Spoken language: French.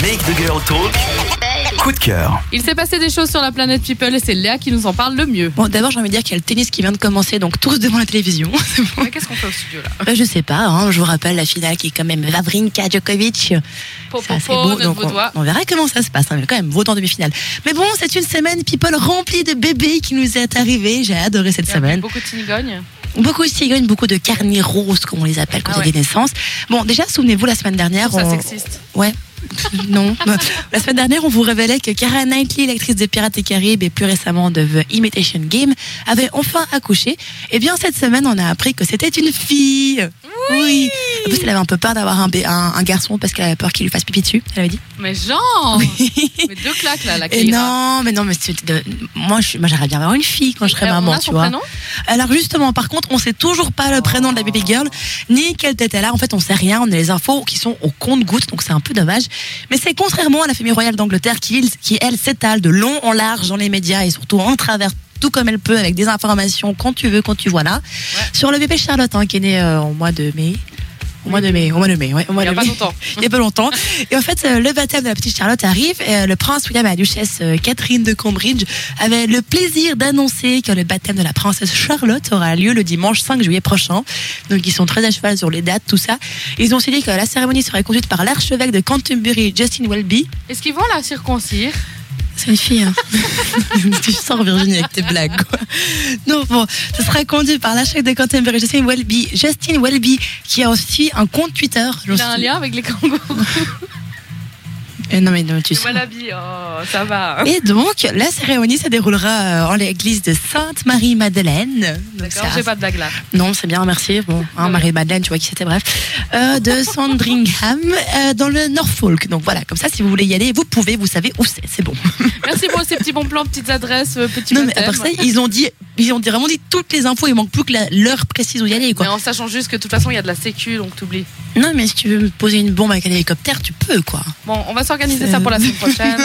Make the Girl Talk. Coup de cœur. Il s'est passé des choses sur la planète People et c'est Léa qui nous en parle le mieux. Bon, d'abord, j'ai envie de dire qu'il y a le tennis qui vient de commencer, donc tous devant la télévision. C'est bon. Mais Qu'est-ce qu'on fait au studio là Bah, je sais pas, hein, je vous rappelle la finale qui est quand même Vavrinka Djokovic. Po, C'est po, assez po, beau, notre donc beau doigt. on, on verra comment ça se passe, hein, mais quand même, vaut en demi-finale. Mais bon, c'est une semaine People remplie de bébés qui nous est arrivée. J'ai adoré cette Il y a semaine. Beaucoup de tinigogne. Beaucoup de cigognes, beaucoup de carnets roses, comme on les appelle quand Ah il y a des naissances. Bon, déjà, souvenez-vous, la semaine Je dernière. trouve ça on- sexiste. Ouais. non. Bah, La semaine dernière, on vous révélait que Cara Knightley, l'actrice de Pirates des Caraïbes et plus récemment de The Imitation Game, avait enfin accouché. Eh bien, cette semaine, on a appris que c'était une fille. Oui. En plus, elle avait un peu peur d'avoir un, bé- un, un garçon parce qu'elle avait peur qu'il lui fasse pipi dessus. Elle avait dit. Mais genre Mais deux claques là, la Et Keira. non, mais non, mais c'est de- moi, je- moi, j'aimerais bien avoir une fille quand je serai Euh, on maman, a tu son vois. prénom Alors justement, par contre, on sait toujours pas le prénom de la baby girl, ni quelle tête elle a. En fait, on sait rien. On a les infos qui sont au compte-gouttes, donc c'est un peu dommage. Mais c'est contrairement à la famille royale d'Angleterre qui, qui elle, s'étale de long en large dans les médias et surtout en travers tout comme elle peut, avec des informations quand tu veux, quand tu vois là. Sur le bébé Charlotte, hein, qui est né euh, au mois de mai. Au mois de mai, au mois de mai, ouais, au mois Il y a de pas mai longtemps. il n'y a pas longtemps. Et en fait, euh, le baptême de la petite Charlotte arrive. Et, euh, le prince William et la duchesse euh, Catherine de Cambridge avaient le plaisir d'annoncer que le baptême de la princesse Charlotte aura lieu le dimanche 5 juillet prochain. Donc, ils sont très à cheval sur les dates, tout ça. Ils ont aussi dit que la cérémonie serait conduite par l'archevêque de Canterbury, Justin Welby. Est-ce qu'ils vont la circoncire C'est une fille, hein. tu sors Virginie avec tes blagues, quoi. Non, bon, ce sera conduit par l'archevêque de Canterbury, Justin Welby. Justin Welby, qui a aussi un compte Twitter. Il a un lien avec les kangourous. Euh, non, mais non, tu Le sors. wallaby, oh, ça va. Et donc, la cérémonie se déroulera euh, en l'église de Sainte-Marie-Madeleine. Donc, D'accord, c'est j'ai à- pas de blague là. Non, c'est bien, merci. Bon, hein, Ouais. Marie-Madeleine, tu vois qui c'était, bref. Euh, de Sandringham, euh, dans le Norfolk. Donc voilà, comme ça, si vous voulez y aller, vous pouvez, vous savez où c'est, c'est bon. Merci pour ces petits bons plans, petites adresses, euh, petits non, mais à baptêmes. part ça, ils ont dit, ils ont dit- vraiment dit toutes les infos, il manque plus que la- l'heure précise où y aller, Mais quoi. en sachant juste que de toute façon, il y a de la sécu, donc t'oublies. Non, mais si tu veux me poser une bombe avec un hélicoptère, tu peux, quoi. Bon, on va s'organiser C'est- ça pour la semaine prochaine.